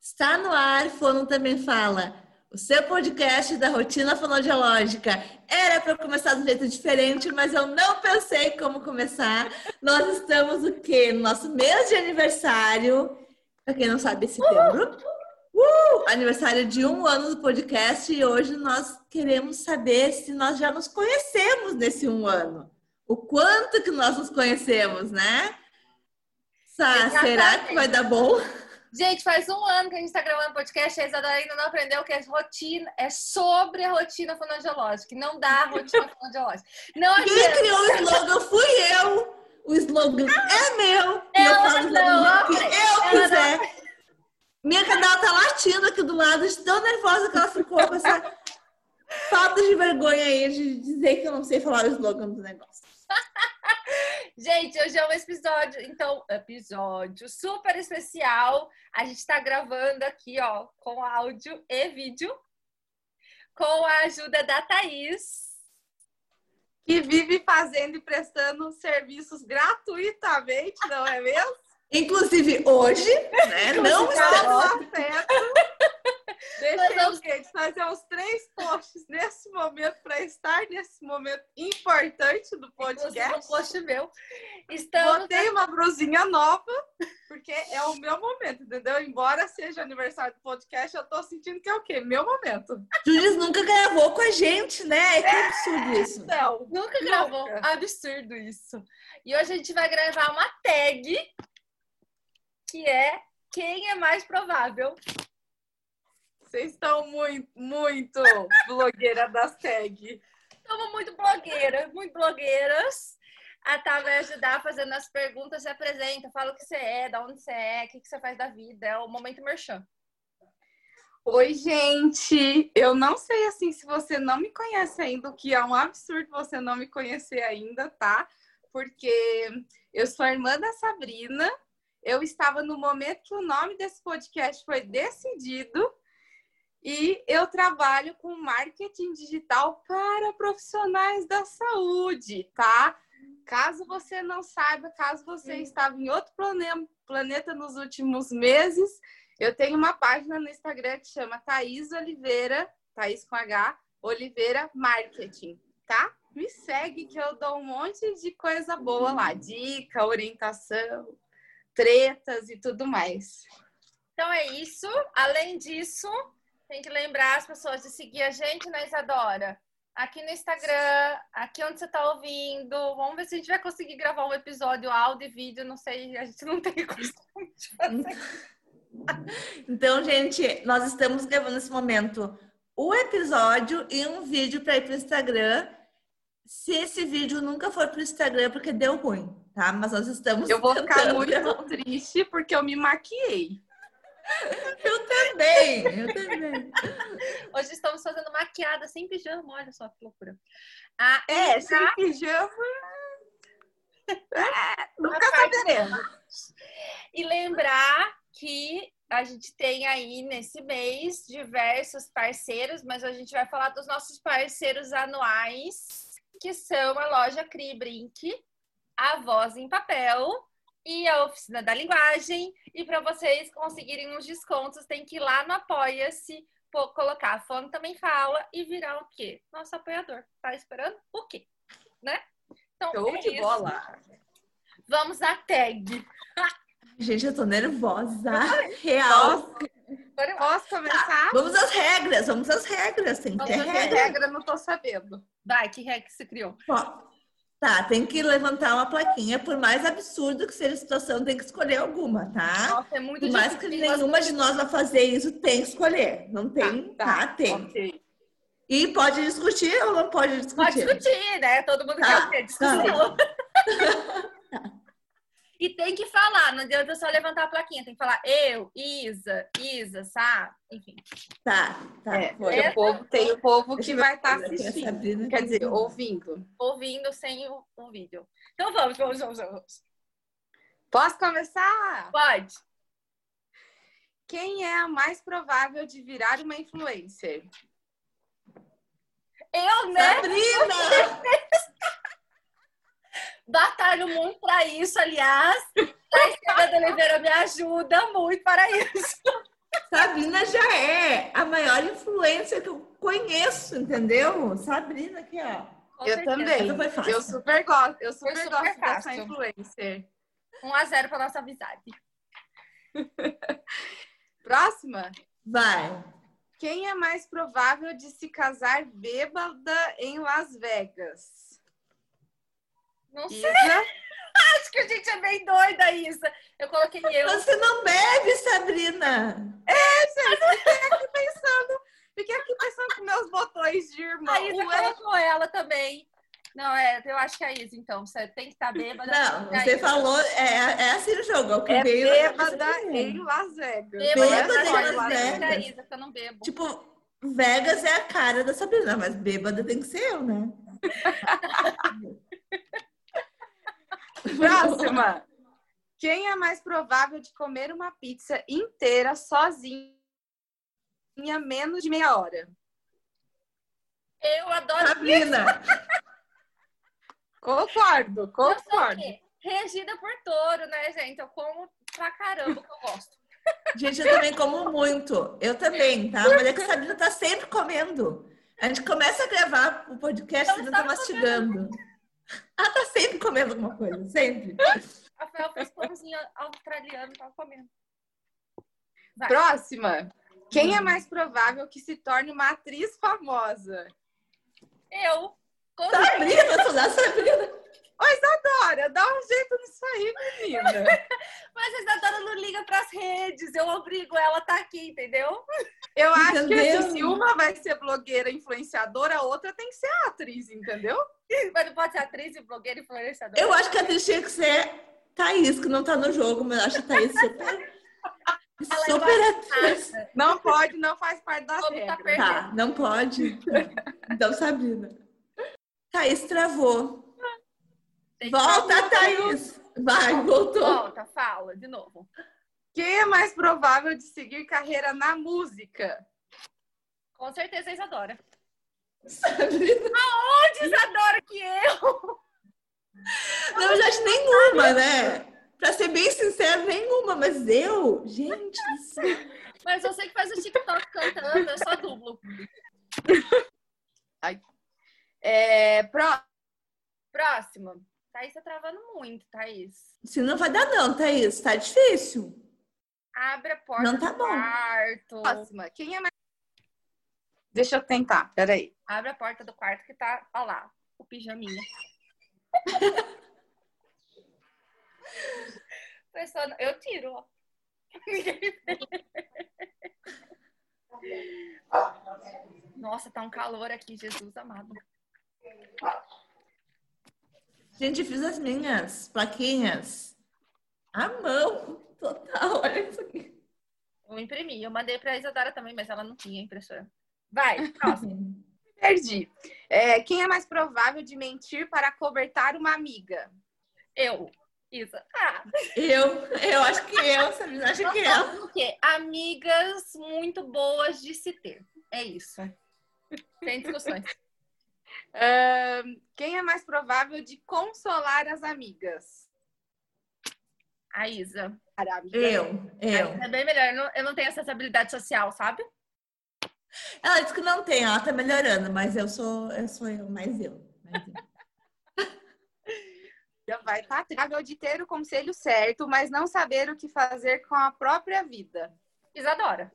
Está no ar, Fono Também Fala, o seu podcast da rotina fonoaudiológica. Era para eu começar de um jeito diferente, mas eu não pensei como começar. Nós estamos o quê? No nosso mês de aniversário. Para quem não sabe, é setembro. Uh! Aniversário de um ano do podcast e hoje nós queremos saber se nós já nos conhecemos nesse um ano. O quanto que nós nos conhecemos, né? Sá, será que vai dar bom? Gente, faz um ano que a gente está gravando podcast, a Isadora ainda não aprendeu que é rotina, é sobre a rotina fonoaudiológica, não dá a rotina fonoaudiológica. Não Quem adianta. criou o slogan fui eu. O slogan é meu. E eu Ela falo não o que aprende. eu Ela quiser. Minha cadela tá latindo aqui do lado, de tão nervosa que ela ficou com essa falta de vergonha aí de dizer que eu não sei falar o slogan do negócio. Gente, hoje é um episódio, então, episódio super especial. A gente está gravando aqui, ó, com áudio e vídeo, com a ajuda da Thaís. que vive fazendo e prestando serviços gratuitamente, não é mesmo? Inclusive hoje, né? tá Não estamos. Calma, afeto. Nós Deixa eu vamos- gente, fazer os três posts nesse momento para estar nesse momento importante do Um podcast. post meu. Estamos Botei uma brusinha nova, porque é o meu momento, entendeu? Embora seja aniversário do podcast, eu tô sentindo que é o quê? Meu momento. Judis nunca gravou com a gente, né? É que absurdo isso. Então, Nunca gravou. Absurdo isso. E hoje a gente vai gravar uma tag que é quem é mais provável. vocês estão muito, muito blogueira das tags. Estamos muito blogueiras, muito blogueiras. A Tá vai ajudar fazendo as perguntas, se apresenta, fala o que você é, da onde você é, o que que você faz da vida. É o momento merchan. Oi, gente! Eu não sei assim se você não me conhece ainda, o que é um absurdo você não me conhecer ainda, tá? Porque eu sou a irmã da Sabrina. Eu estava no momento que o nome desse podcast foi decidido e eu trabalho com marketing digital para profissionais da saúde, tá? Caso você não saiba, caso você estava em outro plane- planeta nos últimos meses, eu tenho uma página no Instagram que chama Thaís Oliveira, Thaís com H, Oliveira Marketing, tá? Me segue que eu dou um monte de coisa boa lá, dica, orientação, tretas e tudo mais. Então é isso. Além disso, tem que lembrar as pessoas de seguir a gente na Isadora. Aqui no Instagram, aqui onde você está ouvindo. Vamos ver se a gente vai conseguir gravar um episódio áudio e vídeo. Não sei, a gente não tem costume de fazer. Então, gente, nós estamos gravando nesse momento o episódio e um vídeo para ir para o Instagram. Se esse vídeo nunca for para o Instagram, é porque deu ruim, tá? Mas nós estamos. Eu vou ficar tentando. muito triste porque eu me maquiei. Eu também, eu também. Hoje estamos fazendo maquiada sem pijama, olha só que loucura. Ah, É, sem pijama. É, nunca saberemos. e lembrar que a gente tem aí nesse mês diversos parceiros, mas a gente vai falar dos nossos parceiros anuais, que são a loja Cri Brinque, a Voz em Papel e a Oficina da Linguagem. E para vocês conseguirem uns descontos, tem que ir lá no Apoia-se, pô- colocar a Fone Também Fala e virar o quê? Nosso apoiador. Tá esperando o quê? Né? Então, Show é de isso. bola. Vamos à tag. Gente, eu tô nervosa. Real. Posso, Bora lá. posso começar? É. Vamos às regras, vamos às regras. Tem que ter Vamos às Porque regra. regra tá. eu não tô sabendo. Vai, que regra que você criou? Ó, Tá, tem que levantar uma plaquinha. Por mais absurdo que seja a situação, tem que escolher alguma, tá? Nossa, é muito Por mais que difícil. nenhuma de nós vai fazer isso, tem que escolher. Não tem? Tá, tem. Ok. E pode discutir ou não pode discutir? Pode discutir, né? Todo mundo Tá, quer o quê? Discussão. e tem que falar, não adianta só levantar a plaquinha. Tem que falar eu, Isa, Isa, sabe? Enfim. Tá, tá. É, foi. porque o povo, tem o povo Deixa que eu vai estar ver aqui a assistindo. Sabrina. Uhum. Quer dizer, ouvindo. Ouvindo sem o, o vídeo. Então vamos, vamos, vamos, vamos. Posso começar? Pode. Quem é a mais provável de virar uma influencer? Eu, Tá. né? Sabrina! Batalho muito pra isso, aliás. A Estela da Oliveira me ajuda muito para isso. Sabrina já é a maior influencer que eu conheço, entendeu? Sabrina aqui, ó. Com Eu certeza. também. Essa foi fácil. É Eu super gosto, eu super, super gosto dessa fácil. influencer. 1 a 0 para nossa amizade. Próxima. Vai. Quem é mais provável de se casar bêbada em Las Vegas? Não sei, Isa, acho que a gente é bem doida, Isa. Eu coloquei eu. Você não bebe, Sabrina. fiquei aqui pensando com meus botões de irmão. A Isa Um é- colocou ela também. Não, é, eu acho que é a Isa, então. Você tem que estar bêbada. Não, tem que você estar Isa. falou, é, é assim o jogo, é o que é veio na cabeça bêbada primeiro. em Las Vegas. Bêbada, Bêbada, bêbada, Las bêbada, Vegas. bêbada, Isa, que eu não bebo. né? Tipo, Vegas é a cara da Sabrina, mas bêbada tem que ser eu, né? Próxima. Quem é mais provável de comer uma pizza inteira sozinha em menos de meia hora? Eu tá, adoro Sabrina, Concordo, Eu sou o concordo. quê? Regida por touro, né, gente? Eu como pra caramba que eu gosto. gente, eu também como muito. Eu também, tá? Mas é que a Sabrina tá sempre comendo. A gente começa a gravar o podcast, a Eu Sabrina tá estava mastigando. Ela tá sempre comendo alguma coisa, sempre. Rafael fez pãozinho australiano, tava comendo. Vai. Próxima. Quem é mais provável que se torne uma atriz famosa? Eu, com certeza. Sabrina, eu sou da Sabrina. Dora, dá um jeito nisso aí, menina. Mas a Isadora não liga pras redes, eu obrigo ela a tá aqui, entendeu? Eu acho que Entendeu? assim, se uma vai ser blogueira influenciadora, a outra tem que ser atriz, entendeu? Mas não pode ser atriz, blogueira, influenciadora. Eu acho que a atriz tinha que ser Thaís, que não tá no jogo, mas eu acho a Thaís super. Ela é Super atriz. Não pode, não faz parte das Como tá regras. perdendo. Tá, não pode. Então, Sabrina. Thaís travou. Tem que Volta, Thaís. Vai, voltou. Volta, fala, de novo. Quem é mais provável de seguir carreira na música? Com certeza a Isadora. Sabrina. Onde Isadora que eu? Na verdade, nenhuma, né? Pra ser bem sincero, nenhuma, mas eu? Gente do céu. Mas você que faz o TikTok cantando, eu só dublo. É, pró- Próxima. Thaís tá travando muito, Thaís. Se não vai dar, não, Thaís. Tá difícil. Abre a porta Não tá do bom. quarto. próxima. Quem é mais. Deixa eu tentar, peraí. Abre a porta do quarto que tá, ó lá, o pijaminha. Pessoa, eu tiro, ó. Nossa, tá um calor aqui, Jesus amado. Gente, eu fiz as minhas plaquinhas. À mão, total. Olha isso aqui. Eu imprimi, eu mandei pra Isadora também, mas ela não tinha impressora. Vai, próximo. Perdi. É, quem é mais provável de mentir para cobertar uma amiga? Eu, Isa. Ah, Eu, eu acho que eu, Sabrina, acho que eu. o quê? Amigas muito boas de se ter. É isso. Sem discussões. Ahn, quem é mais provável de consolar as amigas? A Isa. Cara, amiga. Eu, eu. É bem melhor. Eu não, eu não tenho acessibilidade social, sabe? Ela disse que não tem, ela tá melhorando, mas eu sou, eu sou eu, mais eu. mais eu. Já vai estar provável de ter o conselho certo, mas não saber o que fazer com a própria vida. Isadora.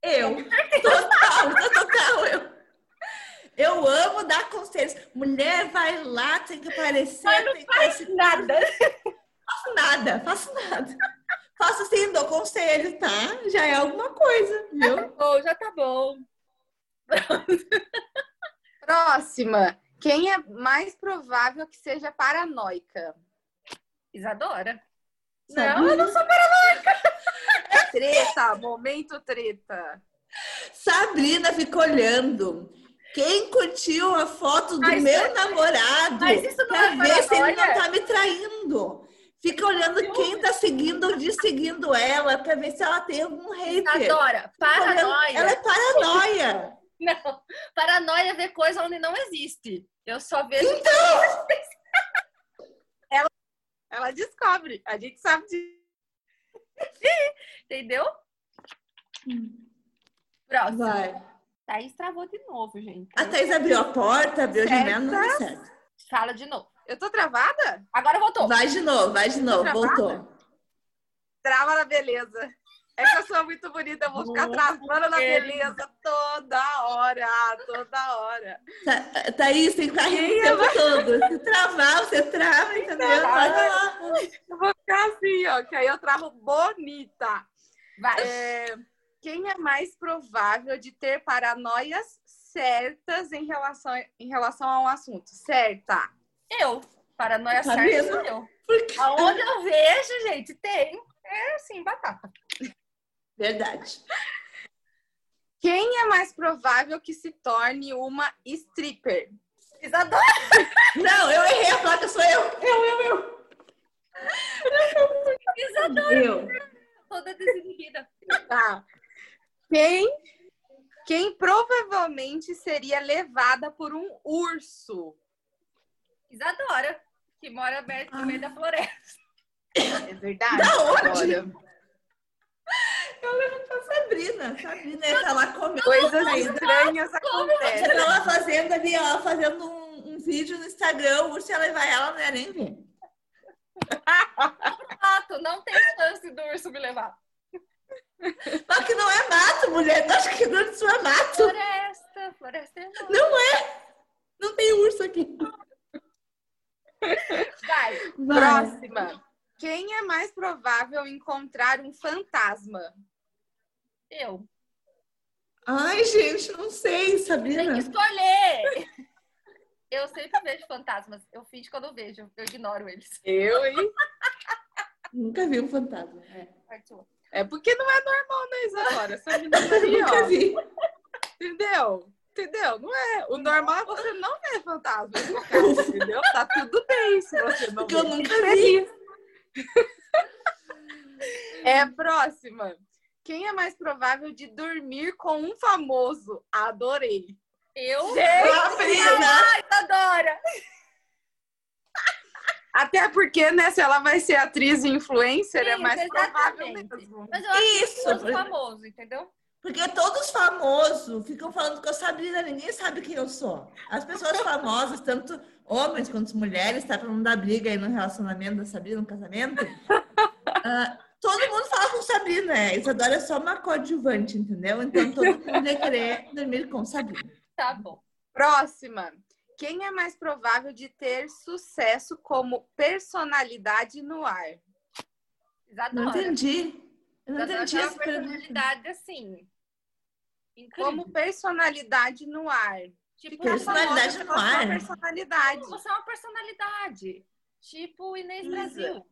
Eu. Total, total, eu. Eu amo dar conselhos. Mulher vai lá, tem que aparecer, tem que aparecer. Nada. Faço nada, faço nada. Faço sim, dou conselho, tá? Já é alguma coisa, viu? Bom, já tá bom. Próxima. Quem é mais provável que seja paranoica? Isadora. Sabrina. Não, eu não sou. Treta, momento treta. Sabrina fica olhando. Quem curtiu a foto do Mas- meu namorado Mas isso não pra é ver se ele não paranoia? tá me traindo. Fica olhando quem tá seguindo ou desseguindo ela pra ver se ela tem algum hater. Isadora. Fica olhando- Paranoia. Ela é paranoia. Não. Paranoia é ver coisa onde não existe. Eu só vejo. Então. Ela descobre, a gente sabe disso. Entendeu? Próximo. Vai. Thaís travou de novo, gente. A Thaís abriu a porta, abriu a Certa. janela, não deu certo. Fala de novo. Eu tô travada? Agora voltou. Vai de novo, vai de novo, Travada? voltou. Trava na beleza. É que eu sou muito bonita, eu vou ficar Nossa, travando na querida. beleza toda hora, toda hora. Tha- Thaís, tem que ficar rindo o tempo todo. Se travar, você trava, entendeu? travar. Vai lá. Eu vou ficar assim, ó, que aí eu travo bonita. Vai. É, quem é mais provável de ter paranoias certas em relação, em relação a um assunto? Certa. Eu. Paranoia Tá certa vendo? sou eu. Por quê? Aonde eu vejo, gente, tem. É assim, batata. Verdade. Quem é mais provável que se torne uma stripper? Isadora. Não, eu errei a placa, sou eu. Eu, eu, eu. Isadora. Eu. Toda desinibida. Tá. Quem, quem provavelmente seria levada por um urso? Isadora. Que mora aberto no Ah. meio da floresta. É verdade? Da onde? Olha, Eu levanto a Sabrina. Sabrina ia estar lá comendo. coisas Sabrina. estranhas Você acontecem. tá lá fazendo ali, ó, fazendo um, um vídeo no Instagram, o urso ia levar ela, não ia nem ver. Mato, não tem chance do urso me levar. Só que não é mato, mulher. Tu acha que urso é mato? Floresta, floresta enorme. Não é! Não tem urso aqui. Vai. Vai. Próxima. Quem é mais provável encontrar um fantasma? Eu. Ai, gente, não sei, Tem que Sabrina. escolher. Eu sempre vejo fantasmas. Eu finjo quando eu vejo. Eu ignoro eles. Eu, hein? Nunca vi um fantasma. É. Parte um. É porque não é normal, né, Isadora? Essa menina aí, Nunca ó. vi. Entendeu? Entendeu? Não é. O normal é você não ver fantasma. no caso, Entendeu? Tá tudo bem se você não Porque eu ver. nunca vi. É a próxima. Quem é mais provável de dormir com um famoso? Adorei. Eu. Gente, Sabrina! Isadora. até porque, né, se ela vai ser atriz e influencer, é Sim, mais provável exatamente. mesmo. Mas eu acho Isso. que eu sou famoso, entendeu? Porque todos famosos ficam falando que eu sou Sabrina, ninguém sabe quem eu sou. As pessoas famosas, tanto homens quanto mulheres, tá? Pra não dar briga aí no relacionamento da Sabrina, no casamento. Ah, todo mundo fala com Sabrina, é. Isadora é só uma coadjuvante, entendeu? Então todo mundo ia querer dormir com Sabrina. Tá bom. Próxima. Quem é mais provável de ter sucesso como personalidade no ar? Não Isadora. entendi. Eu não Isadora entendi tem essa uma pergunta. personalidade assim. Incrível. Como personalidade no ar. Tipo, Ficar Personalidade no famosa pela sua ar? Personalidade. Você é uma personalidade. Tipo Inês Isa. Brasil.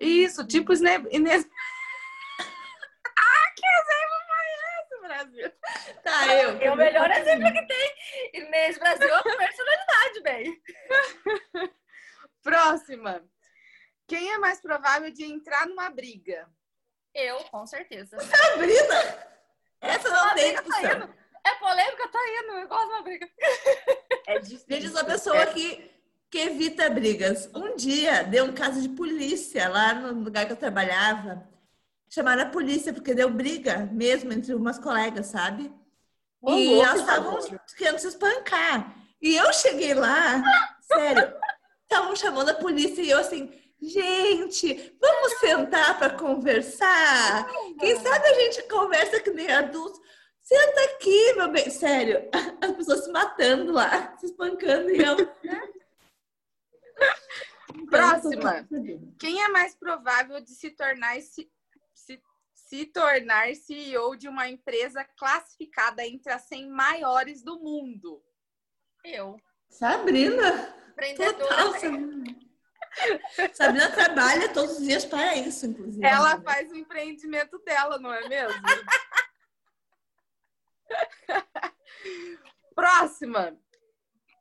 Isso, tipo Sne- Inês. ah, que exemplo foi esse, Brasil? Tá, eu. É o melhor exemplo que tem. Inês Brasil é uma personalidade, bem. Próxima. Quem é mais provável de entrar numa briga? Eu, com certeza. Sabrina! Essa não tem discussão. É polêmica, tá indo. Eu gosto de uma briga. É difícil. Gente, eu sou a É, pessoa que, que evita brigas. Um dia deu um caso de polícia lá no lugar que eu trabalhava. Chamaram a polícia porque deu briga mesmo entre umas colegas, sabe? Ô, e louco, tá elas estavam Isadora. querendo se espancar. E eu cheguei lá, sério, estavam chamando a polícia e eu assim, gente, vamos sentar para conversar? Quem sabe a gente conversa que nem adulto? Senta aqui, meu bem. Sério, as pessoas se matando lá, se espancando e eu. Próxima. Quem é mais provável de se tornar se, se, se tornar CEO de uma empresa classificada entre as 100 maiores do mundo? Eu. Sabrina, total. Empreendedora. Sabrina. Sabrina trabalha todos os dias para isso, inclusive. Ela faz o empreendimento dela, não é mesmo? Próxima.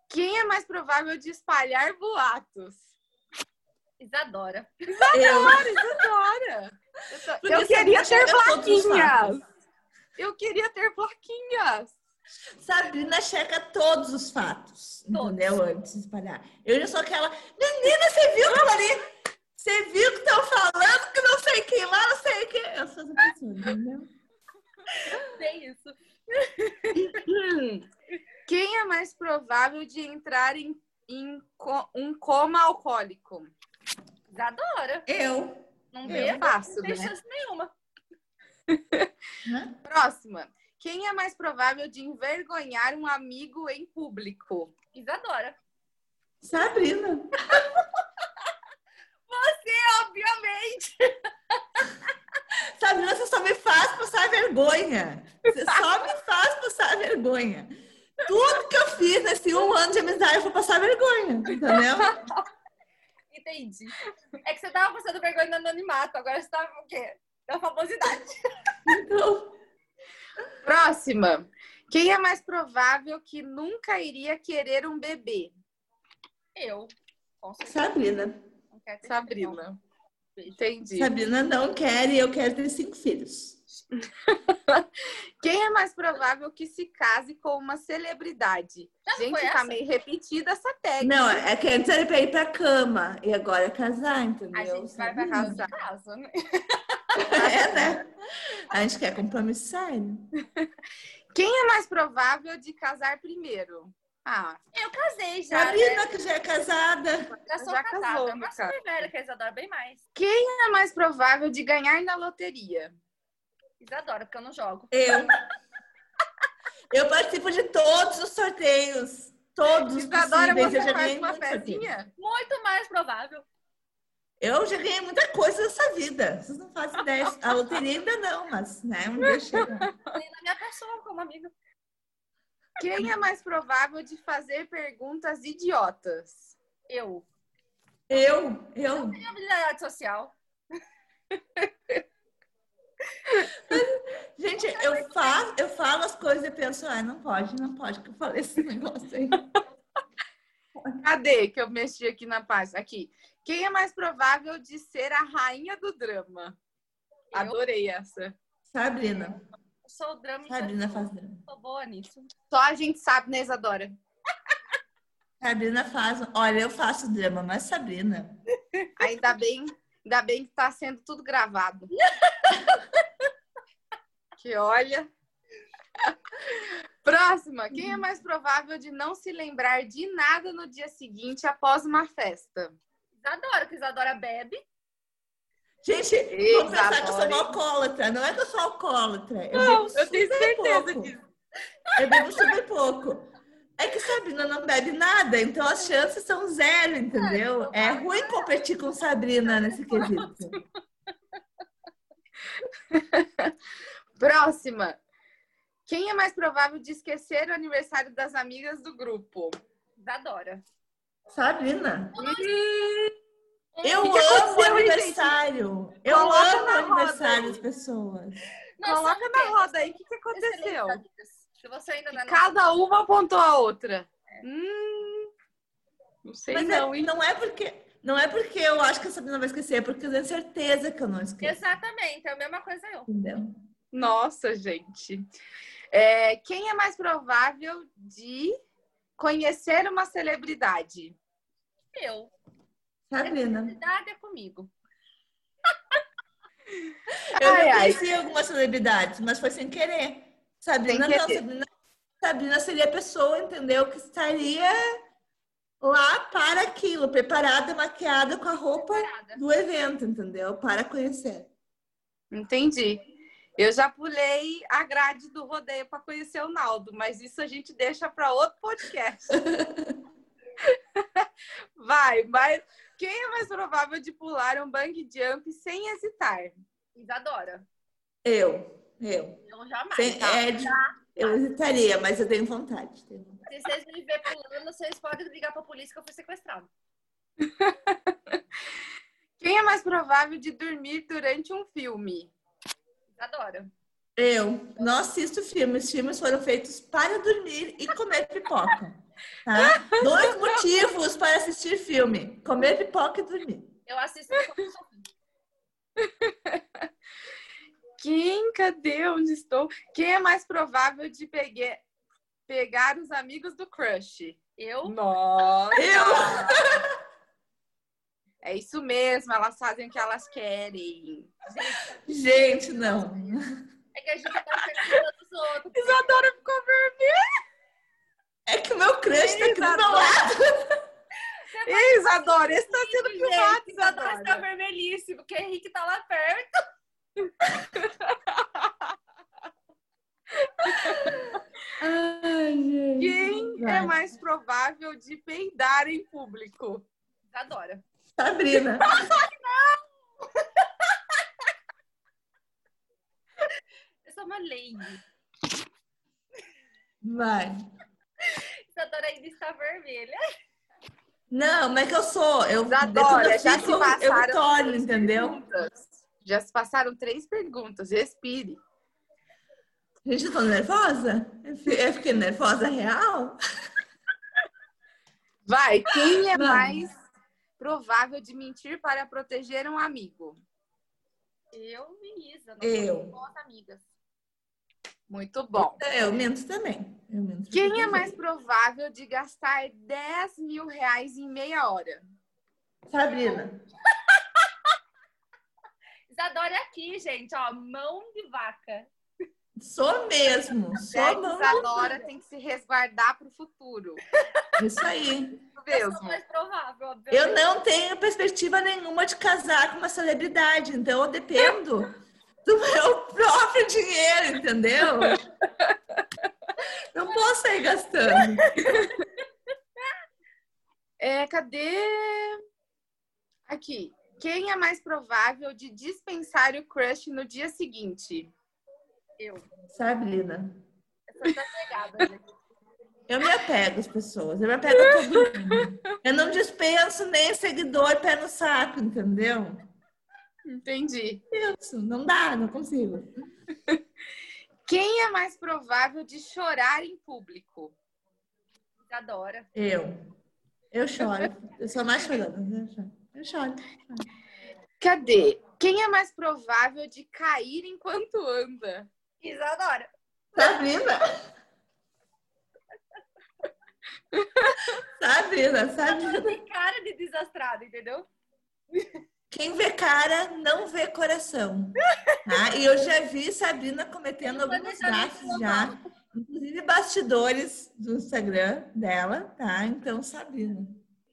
Quem é mais provável de espalhar boatos? Isadora. eu. Adoro, adora. Eu, tô- Porque eu essa queria mulher ter chega todos os plaquinhas. fatos. Eu queria ter plaquinhas. Sabrina checa todos os fatos, Todos. entendeu? Antes de espalhar. Eu já sou aquela, menina, você viu aquilo ali? Você viu que estão falando que não sei quem lá, não sei quem. Eu sou essa pessoa, entendeu? sei isso. Quem é mais provável de entrar em, em co- um coma alcoólico? Isadora. Eu. Não Eu bebo, faço, não tem né? chance nenhuma. Hã? Próxima. Quem é mais provável de envergonhar um amigo em público? Isadora. Sabrina. Obviamente. Sabrina, você só me faz passar vergonha. Você só me faz passar vergonha. Tudo que eu fiz nesse um ano de amizade, eu vou passar vergonha, entendeu? Entendi. É que você tava passando vergonha no anonimato, agora você tava o quê? Na famosidade. Então, Próxima. Quem é mais provável que nunca iria querer um bebê? Eu. Com certeza. Sabrina. Não quero ter filho, Sabrina. Entendi. Sabrina não quer e eu quero ter cinco filhos. Quem é mais provável que se case com uma celebridade? Já não foi Gente, essa? tá meio repetida essa técnica. Não, é que antes era pra ir pra cama e agora é casar, não. entendeu? A gente vai pra Sabrina. casa de casa, né? É, né? A gente quer compromisso sério. Quem é mais provável de casar primeiro? Ah, Eu casei já, né? Sabrina, que já é casada. Já sou Já casou, casada. no Mas sou caso. velha, que a Isadora bem mais. quem é mais provável de ganhar na loteria? Isadora, porque eu não jogo. Eu. Eu participo de todos os sorteios. Todos os Isadora, possíveis. você eu já faz ganhei uma muito sorteio. fezinha? Muito mais provável. Eu já ganhei muita coisa nessa vida. Vocês não fazem ideia. A loteria ainda não, mas, né? Um dia chega. Nem na minha pessoa, como amiga. Quem é mais provável de fazer perguntas idiotas? Eu. Eu, eu. Minha habilidade social. Gente, eu falo, eu falo as coisas e penso, ah, não pode, não pode, que eu falei esse negócio aí. Cadê que eu mexi aqui na página? Aqui. Quem é mais provável de ser a rainha do drama? Eu. Adorei essa. Sabrina. Eu sou o drama. Sabrina infantil. faz drama. Sou boa nisso. Só a gente sabe, né, Isadora? Sabrina faz. Olha, eu faço drama, mas Sabrina. Ainda bem, ainda bem que tá sendo tudo gravado. que olha. Próxima. Quem é mais provável de não se lembrar de nada no dia seguinte após uma festa? Isadora, que Isadora bebe. Gente, Eita, vamos pensar que eu sou Lore. uma alcoólatra. Não é que eu sou alcoólatra. Eu Não, bebo eu tenho super certeza pouco. disso. Eu bebo super pouco. É que Sabrina não bebe nada, então as chances são zero, entendeu? É ruim competir com Sabrina nesse quesito. Próxima. Quem é mais provável de esquecer o aniversário das amigas do grupo? Isadora. Sabrina, eu O que amo aconteceu, hein, aniversário. Eu Coloca amo na roda aniversário aí. das pessoas. Coloca são na amigas, roda aí. Então, O que, que são aconteceu? excelentes amigas. Se você ainda né? não é nossa Cada uma apontou a outra. Hum, não sei Mas é- não, hein? não é porque. Não é porque eu acho que a Sabrina vai esquecer, é porque eu tenho certeza que eu não esqueço. Exatamente, é a mesma coisa eu. Entendeu? Nossa, gente. É, quem é mais provável de conhecer uma celebridade? Eu. Sabrina. Idade é comigo. Eu Ai, já ai. conheci algumas celebridades, mas foi sem querer. Sabrina Sem não, querer. Sabrina, Sabrina seria a pessoa, entendeu? Que estaria lá para aquilo, preparada, maquiada com a roupa Parada. do evento, entendeu? Para conhecer. Entendi. Eu já pulei a grade do rodeio para conhecer o Naldo, mas isso a gente deixa para outro podcast. Vai, mas quem é mais provável de pular um bang jump sem hesitar? Isadora. Eu, eu. Eu jamais. Sem- tá? é de- eu hesitaria, mas eu tenho vontade. tenho vontade. é- Se vocês me verem pulando, vocês podem ligar pra polícia que eu fui sequestrada. Quem é mais provável de dormir durante um filme? Isadora. Eu não assisto filmes. Filmes foram feitos para dormir e comer pipoca. tá? Dois motivos para assistir filme: comer pipoca e dormir. Eu assisto enquanto eu sou Quem? Cadê? Onde estou? Quem é mais provável de pegue- pegar os amigos do crush? eu. Nossa! Eu! É isso mesmo, elas fazem o que elas querem. Gente, não. É que a gente tá perguntando os está aqui do É meu lado. Isadora, esse está sendo Gente, filmado, Isadora está Isadora. vermelhíssimo, porque o Henrique tá lá perto. Ai, gente. Quem é mais provável de peidar em público? Isadora. Sabrina. Eu sou uma lady. Vai. Isadora ainda está vermelha. Não, mas é que eu sou. Eu, quando Isadora, eu já fico, se eu- eu me passaram torno, três entendeu? perguntas. Já se passaram três perguntas, respire. Gente, eu tô nervosa? Eu fi- Eu fiquei nervosa real? Vai, quem é Vamos. mais provável de mentir para proteger um amigo? Eu e Isa. Nós Eu. somos boas amigas. Muito bom. É, Eu minto também. Eu minto Quem também. é mais provável de gastar 10 mil reais em meia hora? Sabrina. Isadora é aqui, gente, ó. Mão de vaca. Sou mesmo. É Sou que não. Isadora tem que se resguardar para o futuro. Isso aí. Isso Eu sou mesmo. mais provável, obviamente. Eu não tenho perspectiva nenhuma de casar com uma celebridade, então eu dependo do meu próprio dinheiro, entendeu? Não posso sair gastando. É, cadê? Aqui. Quem é mais provável de dispensar o crush no dia seguinte? Eu. Sabrina. Eu sou né? desapegada, gente. Eu me apego às pessoas, eu me apego a todo mundo. Eu não dispenso nem seguidor pé no saco, entendeu? Entendi. Isso, não dá, não consigo. Quem é mais provável de chorar em público? Isadora. Eu. Eu choro. Eu sou mais chorona. né? Eu choro. Eu choro. Cadê? Quem é mais provável de cair enquanto anda? Isadora. Sabrina! Tá Sabrina, Isadora Sabrina. tem cara de desastrada, entendeu? Quem vê cara não vê coração. tá? E eu já vi Sabrina cometendo alguns gafes já. Inclusive bastidores do Instagram dela, tá? Então, Sabrina.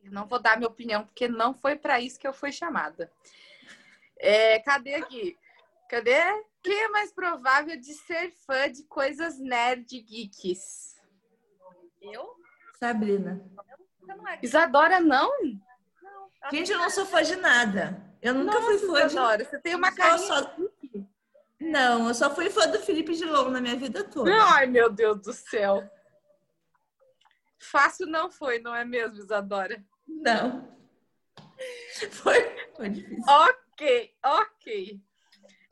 Eu não vou dar minha opinião, porque não foi para isso que eu fui chamada. É, cadê aqui? Cadê? Quem é mais provável de ser fã de coisas nerd e geeks? Eu? Sabrina. Você não é. Isadora, não? Ela Gente, tem eu não sou fã de nada. Eu nunca fui fã de Isadora, você tem uma Eu carinha... só- Não, eu só fui fã do Felipe Dilon na minha vida toda. Ai, meu Deus do céu. Fácil não foi, não é mesmo, Isadora? Não. Foi, foi difícil. Ok, ok.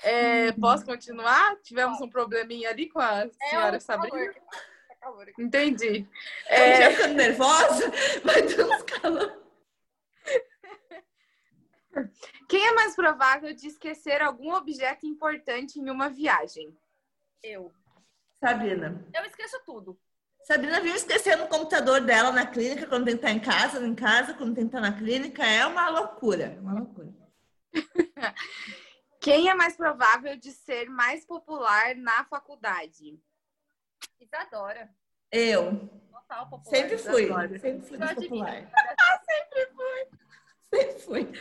É, Uhum. posso continuar? Tivemos um probleminha ali com É, a senhora um Sabrina? calor. Tá calor aqui. Entendi. Eu É, já ficando nervosa, vai dando uns calor. Quem é mais provável de esquecer algum objeto importante em uma viagem? Eu. Sabrina. Eu esqueço tudo. Sabrina vive esquecendo o computador dela na clínica, quando tem que estar em casa, em casa, quando tem que estar na clínica. É uma loucura, uma loucura. Quem é mais provável de ser mais popular na faculdade? Isadora. Eu Total popular. sempre fui, Adoro. sempre fui Eu admiro. popular. Sempre fui.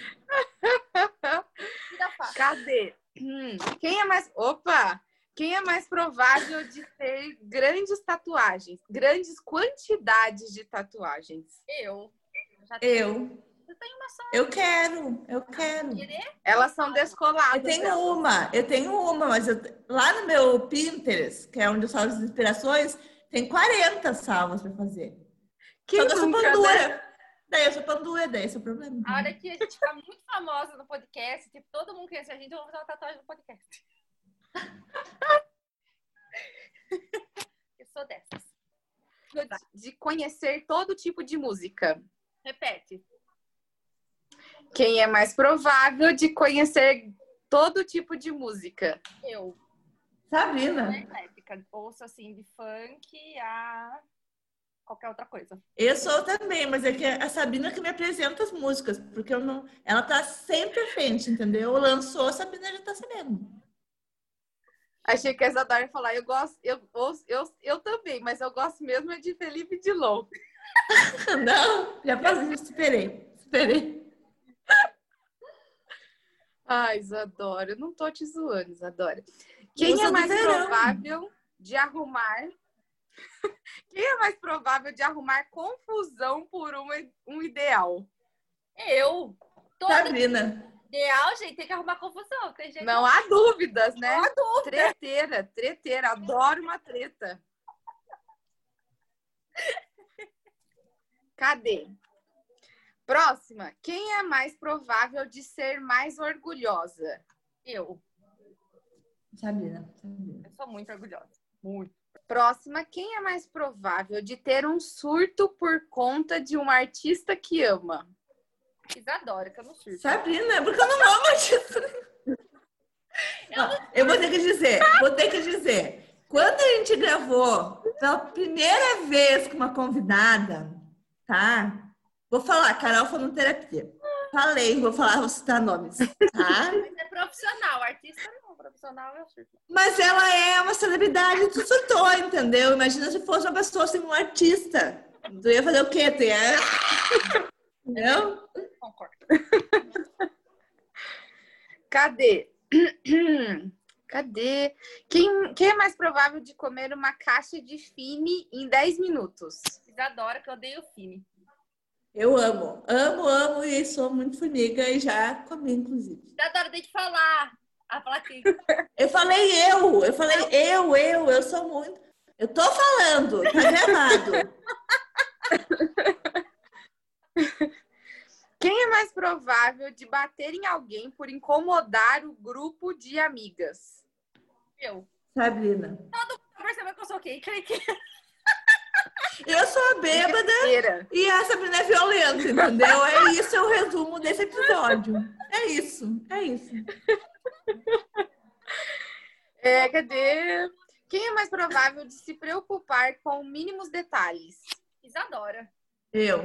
Vida fácil. Cadê? Hum, Quem é mais. Opa! Quem é mais provável de ter grandes tatuagens? Grandes quantidades de tatuagens? Eu. Já tenho Eu, Eu tenho uma só. eu quero, eu quero. Querer? Elas são descoladas. Eu tenho né? uma, eu tenho uma, mas eu, lá no meu Pinterest, que é onde eu salvo as inspirações, tem 40 salvas pra fazer. Quem Só que eu sou nunca, pandura. né? Daí eu sou pandura, daí esse é o problema. A hora que a gente ficar muito famosa no podcast, tipo, todo mundo conhece a gente, eu vou fazer uma tatuagem no podcast. eu sou dessas. De conhecer todo tipo de música. Repete. Quem é mais provável de conhecer todo tipo de música? Eu. Sabrina, Né? Eclética. Ouço assim de funk a qualquer outra coisa. eu sou também, mas é que é a Sabrina que me apresenta as músicas, porque eu não. Ela tá sempre à frente, entendeu? Lançou, a Sabrina já tá sabendo. Achei que a Isadora ia falar, eu gosto, eu, ouço- eu, eu também, mas eu gosto mesmo é de Felipe Dilon. Não, já passei, já superei. Superei. Ai, Isadora, eu não tô te zoando, Isadora. Quem sou é do mais verão. provável de arrumar? Quem é mais provável de arrumar confusão por uma- um ideal? Eu. Todo Sabrina. ideal, gente, tem que arrumar confusão. Tem gente Não há dúvidas, né? Não há dúvida. Treteira, treteira, adoro uma treta. Cadê? Próxima. Quem é mais provável de ser mais orgulhosa? eu. Sabrina. Sabrina. Eu sou muito orgulhosa. Muito. Próxima, quem é mais provável de ter um surto por conta de um artista que ama? Isadora, que eu não surto. Sabrina, é porque eu não amo disso. Ó, Eu vou ter que dizer, vou ter que dizer. Quando a gente gravou pela primeira vez com uma convidada, tá? Vou falar, Carol foi no terapia. Falei, vou falar, vou citar nomes, tá? Mas é profissional, artista não. Profissional eu surto. Mas ela é uma celebridade, tu surtou, entendeu? Imagina se fosse uma pessoa, assim, um artista. Tu ia fazer o quê? Tu ia... Entendeu? Concordo. Cadê? Cadê? Quem, quem é mais provável de comer uma caixa de fine em 10 minutos? Isadora, que eu odeio o Fini. Eu amo, amo, amo e sou muito formiga e já comi, inclusive. Isadora, tem que falar. A plaquinha. Eu falei eu, eu falei eu, eu, eu sou muito... Eu tô falando, tá gravado. Quem é mais provável de bater em alguém por incomodar o grupo de amigas? Eu. Sabrina. Você percebeu que eu sou quem? Quem que Eu sou a bêbada Terceira. e a Sabrina é violenta, entendeu? É isso, é o resumo desse episódio. É isso, é isso. É, cadê? Quem é mais provável de se preocupar com mínimos detalhes? Isadora. Eu.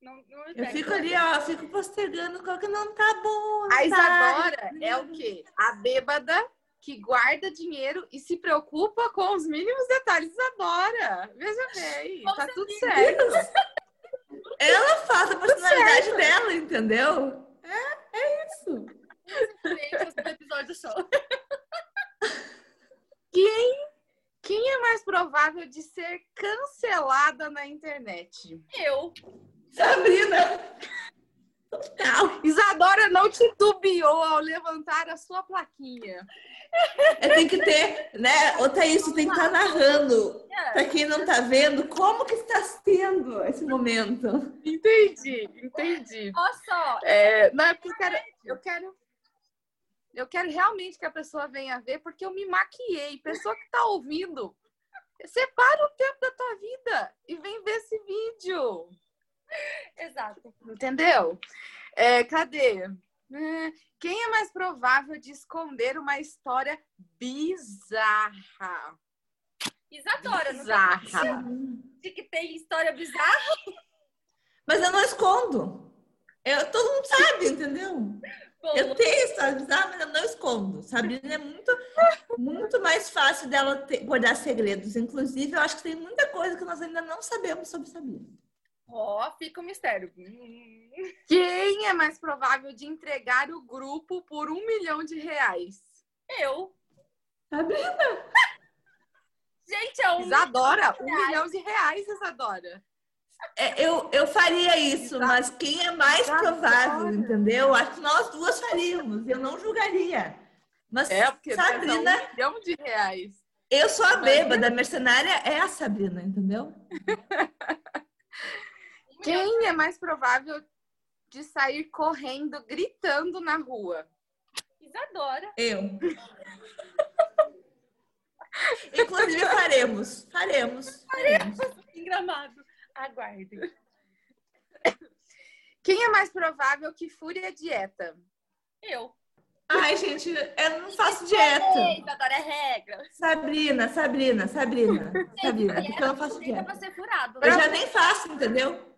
Não, não me Eu pega. fico ali, ó, fico postergando qual que não tá bom. A não tá. Isadora é o quê? A bêbada que guarda dinheiro e se preocupa com os mínimos detalhes. Isadora, veja bem, Com tá tudo é certo. Ela faz a personalidade dela, entendeu? É, é isso. Gente, esse é o episódio do show. Quem, quem é mais provável de ser cancelada na internet? Eu. Sabrina. Total. Isadora não titubeou ao levantar a sua plaquinha. É, tem que ter, né? Ô, Thaís, tu tem que estar narrando. É. Pra quem não tá vendo, como que está sendo esse momento? Entendi, entendi. Olha só. É, não, é porque eu quero, eu quero. Eu quero realmente que a pessoa venha ver, porque eu me maquiei. Pessoa que tá ouvindo, separa o tempo da tua vida e vem ver esse vídeo. Exato. Entendeu? É, cadê? Hum, Quem é mais provável de esconder uma história bizarra? Isadora. Não Bizarra. De que tem história bizarra. Mas eu não escondo. Eu, todo mundo sabe, entendeu? Eu tenho histórias bizarras, mas eu não escondo. Sabrina é muito, muito mais fácil dela ter- guardar segredos. Inclusive, eu acho que tem muita coisa que nós ainda não sabemos sobre Sabrina. Ó, fica o mistério. Hum. Quem é mais provável de entregar o grupo por um milhão de reais? Eu. Sabrina? Gente, é um. Isadora, um milhão de reais, Isadora. É, eu, eu faria isso, Exato. mas quem é mais Exato. provável, entendeu? Acho que nós duas faríamos. Eu não julgaria. Mas É, porque Sabrina, Sabrina... um milhão de reais. eu sou a Mas- bêbada, a mercenária é a Sabrina, entendeu? um milhão. Quem é mais provável de sair correndo, gritando na rua? Isadora. Eu. Inclusive, faremos. Faremos. Faremos. Engramado. Aguarde. Quem é mais provável que fure a dieta? Eu. Ai, gente, eu não faço dieta. Ei, Isadora é regra. Sabrina, Sabrina, Sabrina, Sabrina, porque eu não faço Direito é dieta. você furado. Eu já nem faço, entendeu?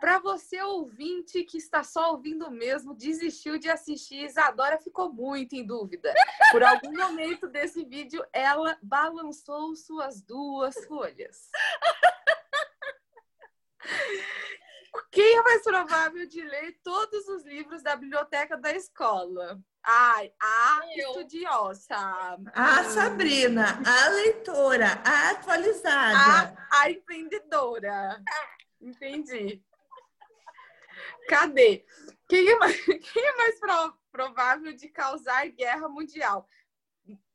Para você ouvinte que está só ouvindo mesmo, desistiu de assistir, Isadora ficou muito em dúvida. Por algum momento desse vídeo, ela balançou suas duas folhas. Quem é mais provável de ler todos os livros da biblioteca da escola? Ai, a Eu. estudiosa, A Sabrina, a leitora, a atualizada. a, a empreendedora. Entendi. Cadê? Quem é mais, quem é mais pro- provável de causar guerra mundial?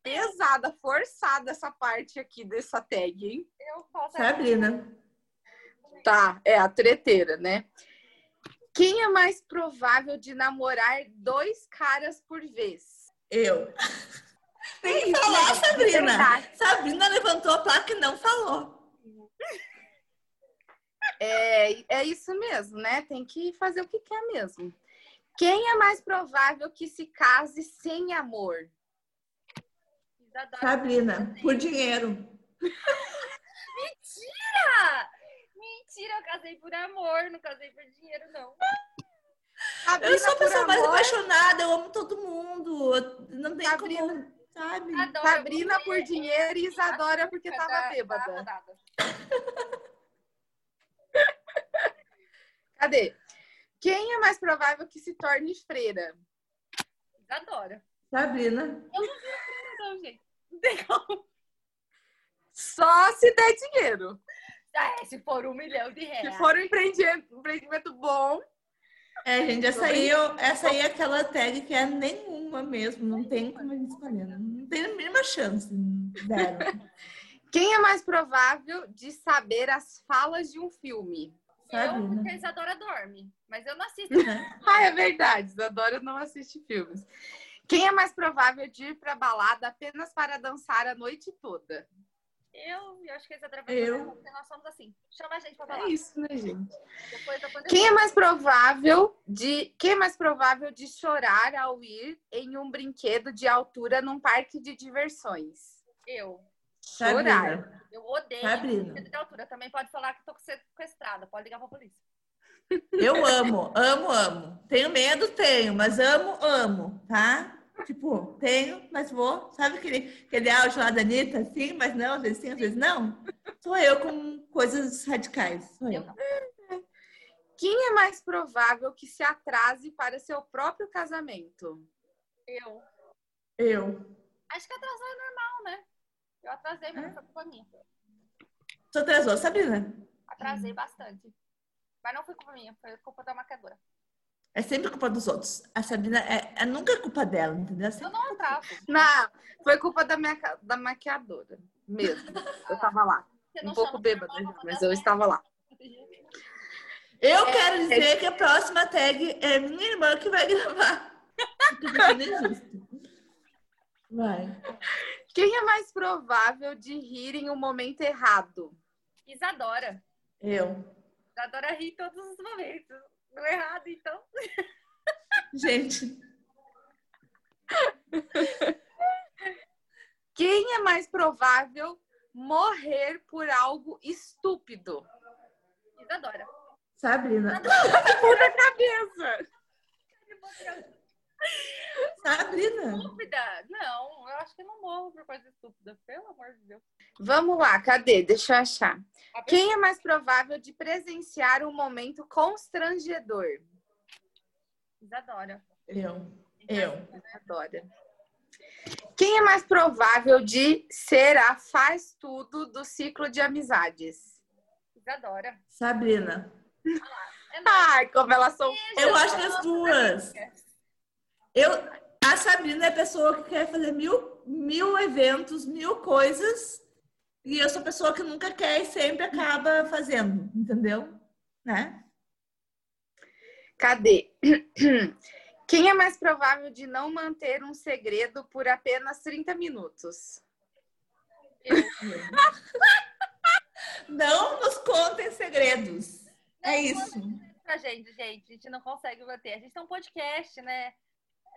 Pesada, forçada essa parte aqui dessa tag, hein? Eu faço Sabrina. Tá, é a treteira, né? Quem é mais provável de namorar dois caras por vez? Eu. É né? Tem que falar, Sabrina. Verdade. Sabrina levantou a placa e não falou. É, é isso mesmo, né? Tem que fazer o que quer mesmo. Quem é mais provável que se case sem amor? Isadora. Sabrina, por dinheiro. Mentira! Mentira, eu casei por amor, não casei por dinheiro, não. Eu Sabrina, sou a por pessoa mais amor, apaixonada, eu amo todo mundo. eu- Não tem Sabrina. como, sabe? Adoro. Hum, Tá, Sabrina por dinheiro e Isadora porque tava bêbada. Cadê? Quem é mais provável que se torne freira? Adoro. Sabrina. Então, gente. Só se der dinheiro. Ah, é, se for um milhão de Se reais. for um empreendimento, um empreendimento bom, É, gente, essa aí, eu- essa aí é aquela tag que é nenhuma mesmo. Não tem como a gente escolher. Não tem a mínima chance. Zero. Quem é mais provável de saber as falas de um filme? Eu, Sabrina. porque a Isadora dorme. Mas eu não assisto. Ah, é verdade. Isadora não assiste filmes. Quem é mais provável de ir pra balada apenas para dançar a noite toda? Eu, eu acho que a Isadora Eu. porque nós somos assim. Chama a gente pra falar. É isso, né, gente? Depois da pandemia. Quem é mais provável de quem é mais provável de chorar ao ir em um brinquedo de altura num parque de diversões? Eu. é Chorar. Sabrina. Eu odeio Sabrina. brinquedo de altura. Também pode falar que tô sequestrada. Pode ligar pra polícia. Eu amo, amo, amo. Tenho medo, tenho, mas amo, amo, tá? Tipo, tenho, mas vou. Sabe aquele, aquele áudio lá da Anitta? Sim, mas não, às vezes sim, às vezes não. Sou eu com coisas radicais. Sou eu. Quem é mais provável que se atrase para seu próprio casamento? Eu. Eu. Acho que atrasar é normal, né? Eu atrasei, É? mas não foi culpa minha. Tu atrasou, Sabrina? Atrasei Uhum. bastante. Mas não foi culpa minha, foi culpa da maquiadora. É sempre culpa dos outros. A Sabrina é, é nunca é culpa dela, entendeu? Eu não Ah, tá. tá. Um atraso. Não, foi culpa da, minha, ca- da maquiadora mesmo. Eu tava lá. Você não Um pouco chama bêbada, pra falar, mas dá eu estava lá. certo. Eu quero dizer que a próxima tag é minha irmã que vai gravar. Tô sentindo injusto. Vai. Quem é mais provável de rir em um momento errado? Isadora. Eu. Isadora ri em todos os momentos. No errado, então. Gente. Quem é mais provável morrer por algo estúpido? Isadora. Sabrina. Puta cabeça! Sabrina. Estúpida? Não, eu acho que eu não morro por coisa estúpida. Pelo amor de Deus. Vamos lá, cadê? Deixa eu achar. Quem é mais provável de presenciar um momento constrangedor? Isadora. Eu. Eu. Adora. Quem é mais provável de ser a faz tudo do ciclo de amizades? Isadora. Sabrina. É nóis. Ai, como elas são. Eu acho que é as duas. Eu, a Sabrina é a pessoa que quer fazer mil, mil eventos, mil coisas. E eu sou a pessoa que nunca quer e sempre acaba fazendo. Entendeu? Né? Cadê? Quem é mais provável de não manter um segredo por apenas 30 minutos? Não nos contem segredos. É isso. pra gente, gente. A gente não consegue manter. A gente tem um podcast, né?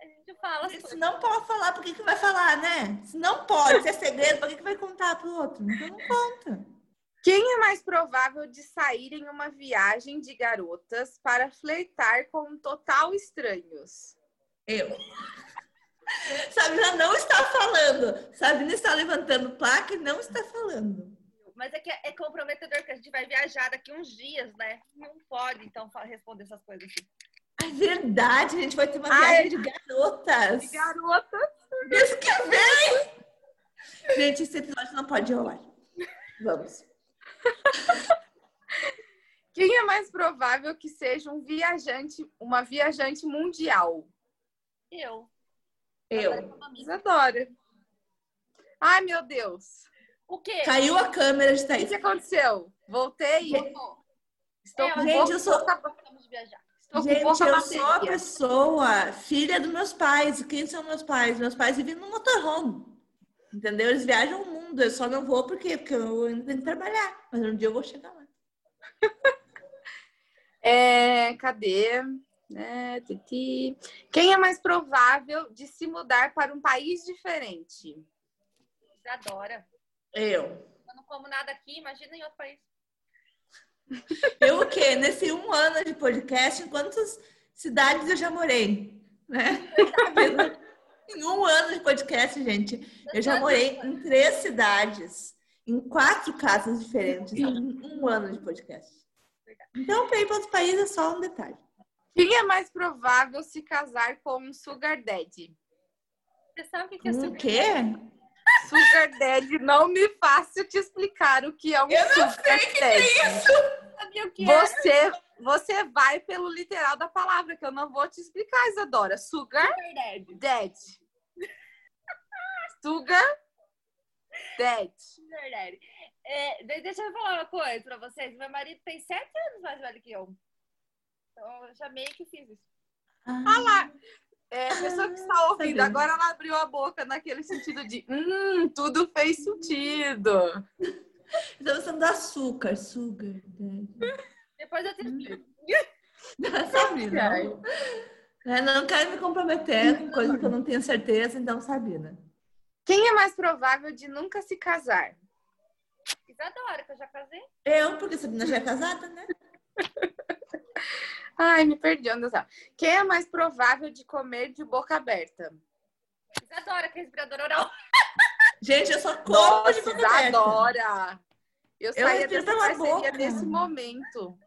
A gente fala as Se coisas. não pode falar, por que, que vai falar, né? Se não pode, se é segredo, por que, que vai contar pro outro? Então não conta. Quem é mais provável de sair em uma viagem de garotas para flertar com um total estranhos? Eu. Sabrina não está falando. Sabrina está levantando placa e não está falando. Mas é que é comprometedor que a gente vai viajar daqui uns dias, né? Não pode, então, fa- responder essas coisas assim. É verdade, a gente vai ter uma Ai, viagem de garotas. Garota, Isso que vem! Gente, esse episódio não pode rolar. Vamos. quem é mais provável que seja um viajante, uma viajante mundial? Eu. Eu. Isadora. Ai, meu Deus. O quê? Caiu a câmera de O Thaís. que aconteceu? Voltei? Voltou. Estou É, com gente, pouca- eu sou- Vamos viajar. Estou com Gente, pouca eu sou a bateria. pessoa, filha dos meus pais. Quem são meus pais? Meus pais vivem no motorhome. Entendeu? Eles viajam o mundo. Eu só não vou porque, porque eu ainda tenho que trabalhar. Mas um dia eu vou chegar lá. É, cadê? É, titi. Quem é mais provável de se mudar para um país diferente? Adora. Eu. Eu não como nada aqui, imagina em outro país. Eu o quê? Nesse um ano de podcast, em quantas cidades eu já morei? Né? em um ano de podcast, gente, eu já morei em três cidades, em quatro casas diferentes, em um ano de podcast. Então, para ir para outros países é só um detalhe. Quem é mais provável se casar com um sugar daddy? Você sabe o que que é O super? Um quê? Sugar daddy, não me faça te explicar o que é um Eu não sugar daddy. Sabia o que é? Você, você vai pelo literal da palavra, que eu não vou te explicar, Isadora. Sugar Verdade. daddy. Sugar daddy. Verdade. É, de- deixa eu falar uma coisa pra vocês. Meu marido tem sete anos mais velho que eu. Então eu já meio que fiz isso. Ah, É, a pessoa que está ouvindo, sabia. agora ela abriu a boca naquele sentido de hum, tudo fez sentido. estou pensando do açúcar, sugar. né? Depois eu te explico. Sabina. né? Não quero me comprometer com coisa que eu não tenho certeza, então Sabina. Quem é mais provável de nunca se casar? Isadora, que eu já casei. Eu, porque Sabina já é casada, né? Ai, me perdi, onde eu tava. Quem é mais provável de comer de boca aberta? Isadora, que é respirador oral. Gente, eu só como de boca aberta. adora! Eu Eu saía respiro dessa pela parceria boca. nesse momento.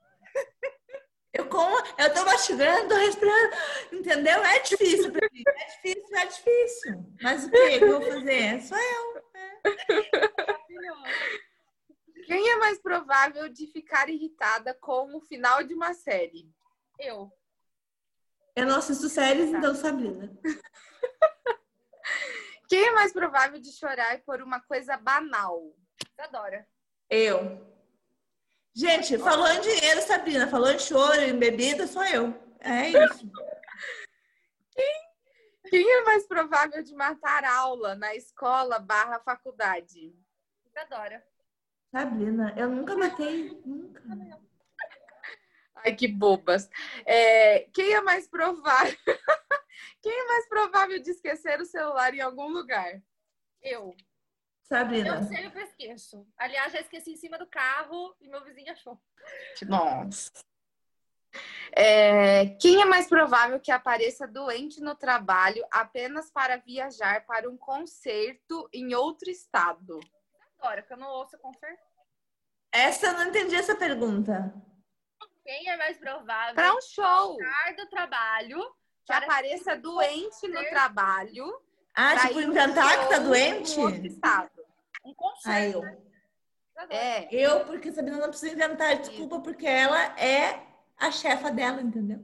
Eu como, eu tô mastigando, tô respirando. Entendeu? É difícil pra mim. É difícil, é difícil. Mas o que que eu vou fazer? É Só eu. Quem é mais provável de ficar irritada com o final de uma série? Eu. Eu não assisto séries, então Sabrina. Quem é mais provável de chorar por uma coisa banal? Isadora. Eu. Gente, falou em dinheiro, Sabrina. Falou em choro, em bebida, só eu. É isso. Quem é mais provável de matar aula na escola barra faculdade? Isadora. Sabrina, eu nunca matei. Nunca. Ai, que bobas. É, quem é mais provável? quem é mais provável de esquecer o celular em algum lugar? Eu. Eu Sabrina. sei, eu esqueço. Aliás, já esqueci em cima do carro e meu vizinho achou. Nossa. É, quem é mais provável que apareça doente no trabalho apenas para viajar para um concerto em outro estado? Isadora, que eu não ouço com certeza. Essa eu não entendi essa pergunta. Quem é mais provável Para um show sair do trabalho que para apareça doente no trabalho Ah, pra um tipo, ir num inventar que tá show em doente? outro estado. um concerto? Ah, eu. Isadora. É. Eu, porque a Sabrina não precisa inventar desculpa, porque ela é a chefa dela, entendeu?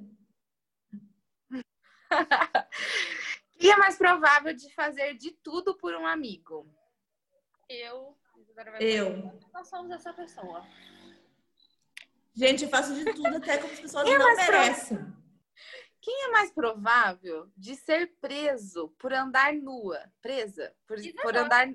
Quem é mais provável de fazer de tudo por um amigo? Eu. Isadora vai É. Eu. Nós somos essa pessoa. Gente, eu faço de tudo, até como as pessoas Eu, não É, mas pra- merecem. Quem é mais provável de ser preso por andar nua? Presa? Por, Isadora. por andar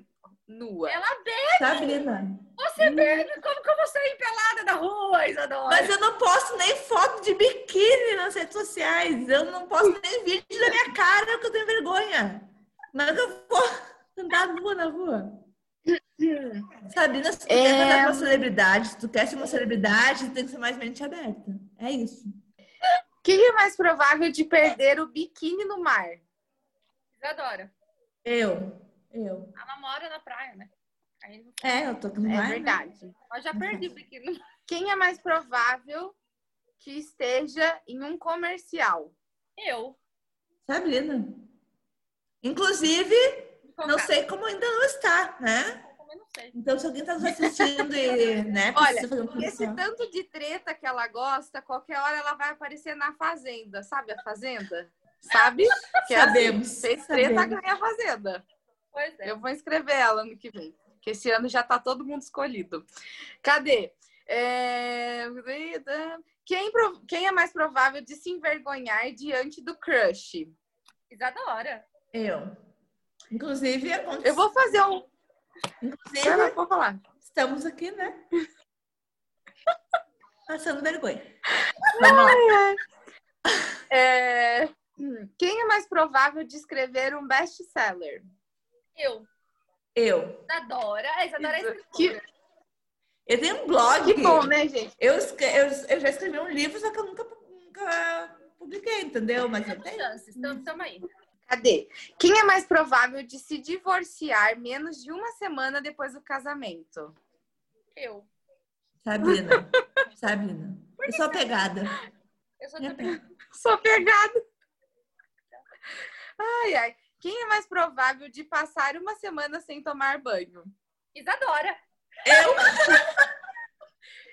nua. Ela bebe. Sabrina. Você bebe. Como que eu vou sair pelada da rua, Isadora? Mas eu não posto nem foto de biquíni nas redes sociais. Eu não posto nem vídeo da minha cara, porque eu tenho vergonha. Mas eu vou andar nua na rua. Sabrina, se tu quer É. andar com uma celebridade, se tu quer ser uma celebridade, tem que ser mais mente aberta. É isso. Quem é mais provável de perder o biquíni no mar? Isadora. Eu. Eu. Ela mora na praia, né? Aí não- É, eu tô com É raiva. verdade. Mas já perdi o pequeno. Quem é mais provável que esteja em um comercial? Eu. Sabrina. Inclusive, não sei como ainda não está, né? Eu também não sei. Então, se alguém está nos assistindo e, né, Olha, precisa fazer um Esse comercial. tanto de treta que ela gosta, qualquer hora ela vai aparecer na fazenda. Sabe a fazenda? Sabe? Que é assim, Sabemos, fez treta, sabemos. ganha a fazenda. Pois é. Eu vou inscrever ela ano que vem. Que esse ano já tá todo mundo escolhido. Cadê? É, Quem, pro- Quem é mais provável de se envergonhar diante do crush? Isadora. Eu. Inclusive, aconte- Eu vou fazer um. Vai lá, Inclusive, vou falar. estamos aqui, né? Passando vergonha. Vamos lá. É, hum, Quem é mais provável de escrever um best-seller? Eu. Eu. Isadora. A Isadora é escritora. Que, Eu tenho um blog. que bom, né, gente? Eu, escre- eu- eu já escrevi um livro, só que eu nunca, nunca publiquei, entendeu? Mas eu tenho. chances. Então, tamo aí. Cadê? Quem é mais provável de se divorciar menos de uma semana depois do casamento? Eu. Sabrina. Sabrina. Eu sou apegada. É Eu sou tá também. Sou pegada. Ai, ai. Quem é mais provável de passar uma semana sem tomar banho? Isadora.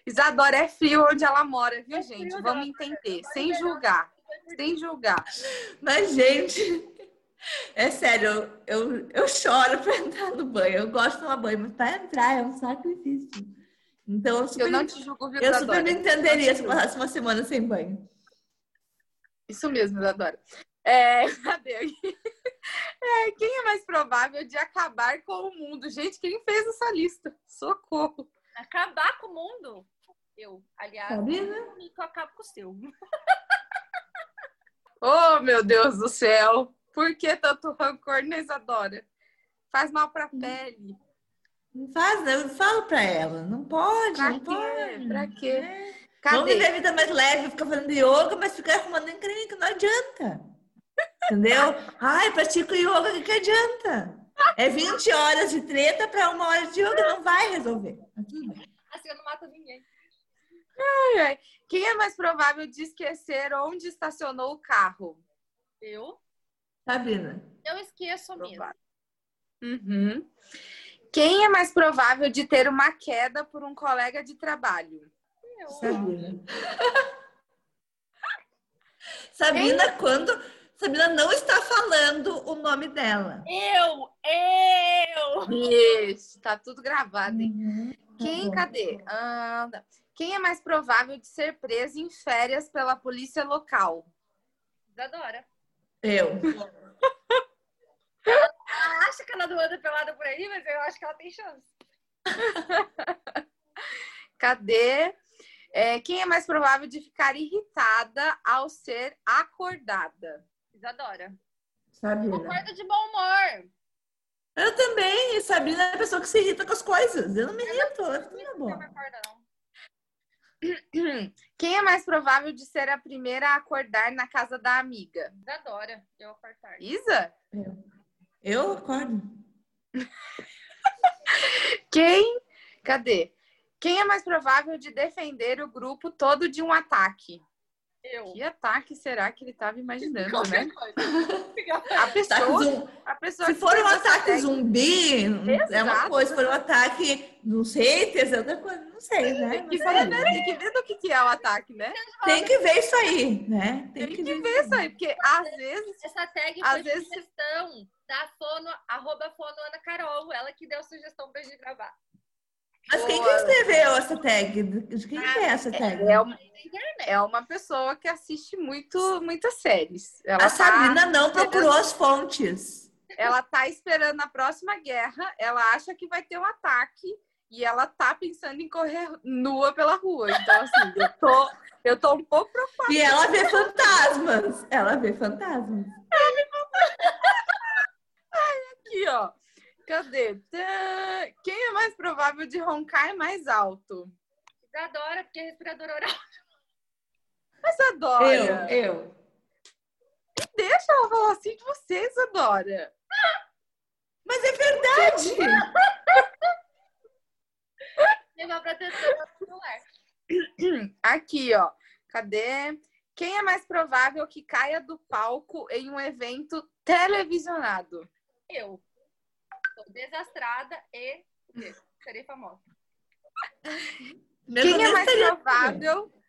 Isadora é frio onde ela mora, viu, É frio gente? onde ela Vamos entender, mora, sem mas é julgar, sem julgar. Mas, gente, é sério, eu, eu, eu choro pra entrar no banho. Eu gosto de tomar banho, mas pra entrar é um sacrifício. Então, eu super, Eu não te julgo, viu, eu super Isadora? me entenderia se eu Não te julgo. passasse uma semana sem banho. Isso mesmo, Isadora. É, cadê? É, quem é mais provável de acabar com o mundo? Gente, quem fez essa lista? Socorro. Acabar com o mundo. Eu. Aliás, Sabrina? comigo eu acabo com o seu. Oh, meu Deus do céu. Por que tanto rancor na Isadora? Faz mal pra Hum. pele. Não faz, né? Eu falo pra ela. Não pode, Pra não quê? pode. Pra quê? É. Vamos viver Cadê? a vida mais leve, ficar fazendo yoga, mas ficar arrumando em clínica, não adianta. Entendeu? Ai, pratico yoga, o que, que adianta? É 20 horas de treta para uma hora de yoga, não vai resolver. Mas tudo bem. Assim eu não mato ninguém. Ai, ai. Quem é mais provável de esquecer onde estacionou o carro? Eu. Sabrina, Eu esqueço mesmo. Uhum. Quem é mais provável de ter uma queda por um colega de trabalho? Eu. Sabrina. Sabrina, quando. Sabrina não está falando o nome dela. Eu. Eu. Isso, tá tudo gravado, hein? Quem, bom. cadê? Anda. Quem é mais provável de ser preso em férias pela polícia local? Isadora. Eu. Ela acha que ela não anda pelada por aí, mas eu acho que ela tem chance. Cadê? É, quem é mais provável de ficar irritada ao ser acordada? Isadora. Sabrina. Concordo de bom humor. Eu também. E Sabrina é a pessoa que se irrita com as coisas. Eu não me irrito. Eu fico na Não boa. me acorda, não. Quem é mais provável de ser a primeira a acordar na casa da amiga? Isadora. Eu acordo tarde. Isa? Eu acordo. Quem? Cadê? Quem é mais provável de defender o grupo todo de um ataque? Eu. Que ataque será que ele estava imaginando, né? Qualquer coisa. A Ataque pessoa, zumbi. a pessoa Se que for um você ataque segue- zumbi, é uma Exato. coisa. Se for um ataque, não sei, é outra coisa. Não sei, né? Tem que Mas, ver, Sabrina, né? Tem que ver do que, que é o ataque, né? Tem que ver isso aí, né? Tem que ver isso aí, porque às vezes. Essa tag Às foi vezes- sugestão da fono, arroba fono Ana Carol. Ela que deu a sugestão pra gente gravar. Mas quem que Boa. escreveu essa tag? De quem que é essa tag? É uma, Na internet. é uma pessoa que assiste muito, muitas séries. Ela A tá, Sabrina Ah, não procurou as fontes. ela tá esperando a próxima guerra, ela acha que vai ter um ataque e ela tá pensando em correr nua pela rua. Então, assim, eu tô, eu tô um pouco E ela vê fantasmas. Ela vê fantasmas. aqui, ó. Cadê? Tã! Quem é mais provável de roncar é mais alto? Isadora, porque é respirador oral. Mas Eu, adora. eu. Deixa ela falar assim de vocês, adora. Mas é verdade! manobra tetânica muscular. Aqui, ó. Cadê? Quem é mais provável que caia do palco em um evento televisionado? Eu. Sou desastrada e o quê? serei famosa. Meu quem é Deus, mais seria- assim. provável?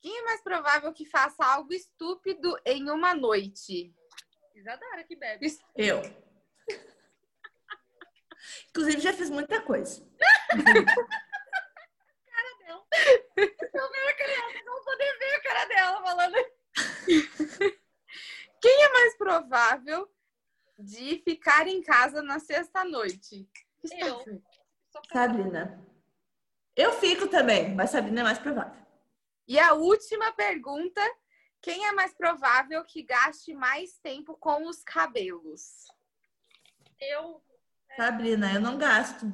Quem é mais provável que faça algo estúpido em uma noite? Isadora que bebe. Es- Eu. Inclusive, já fiz muita coisa. Não poder ver a cara dela falando. Quem é mais provável de ficar em casa na sexta-noite? Eu. Sou Sabrina. Eu fico também, mas Sabrina é mais provável. E a última pergunta: quem é mais provável que gaste mais tempo com os cabelos? Eu. Sabrina, eu não gasto.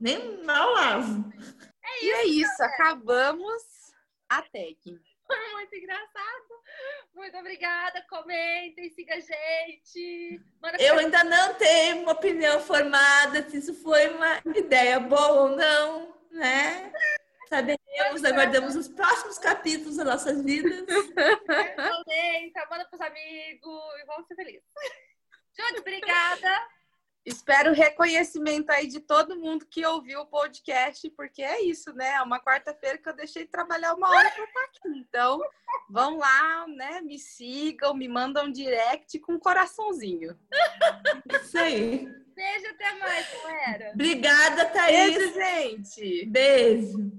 Nem um mal lavo. e é isso, acabamos a tag. Foi é muito engraçado. Muito obrigada. Comentem, siga a gente. Manda Eu ainda não tenho uma opinião formada se isso foi uma ideia boa ou não, né? Saberemos, aguardamos os próximos capítulos das nossas vidas. pra comenta, manda pros amigos e vamos ser felizes. Júlio, obrigada. Espero reconhecimento aí de todo mundo que ouviu o podcast, porque é isso, né? É uma quarta-feira que eu deixei de trabalhar uma hora para estar aqui. Então, vão lá, né? Me sigam, me mandam um direct com um coraçãozinho. Isso aí. Beijo, até mais, galera. É Obrigada, Thaís. Beijo, gente! Beijo.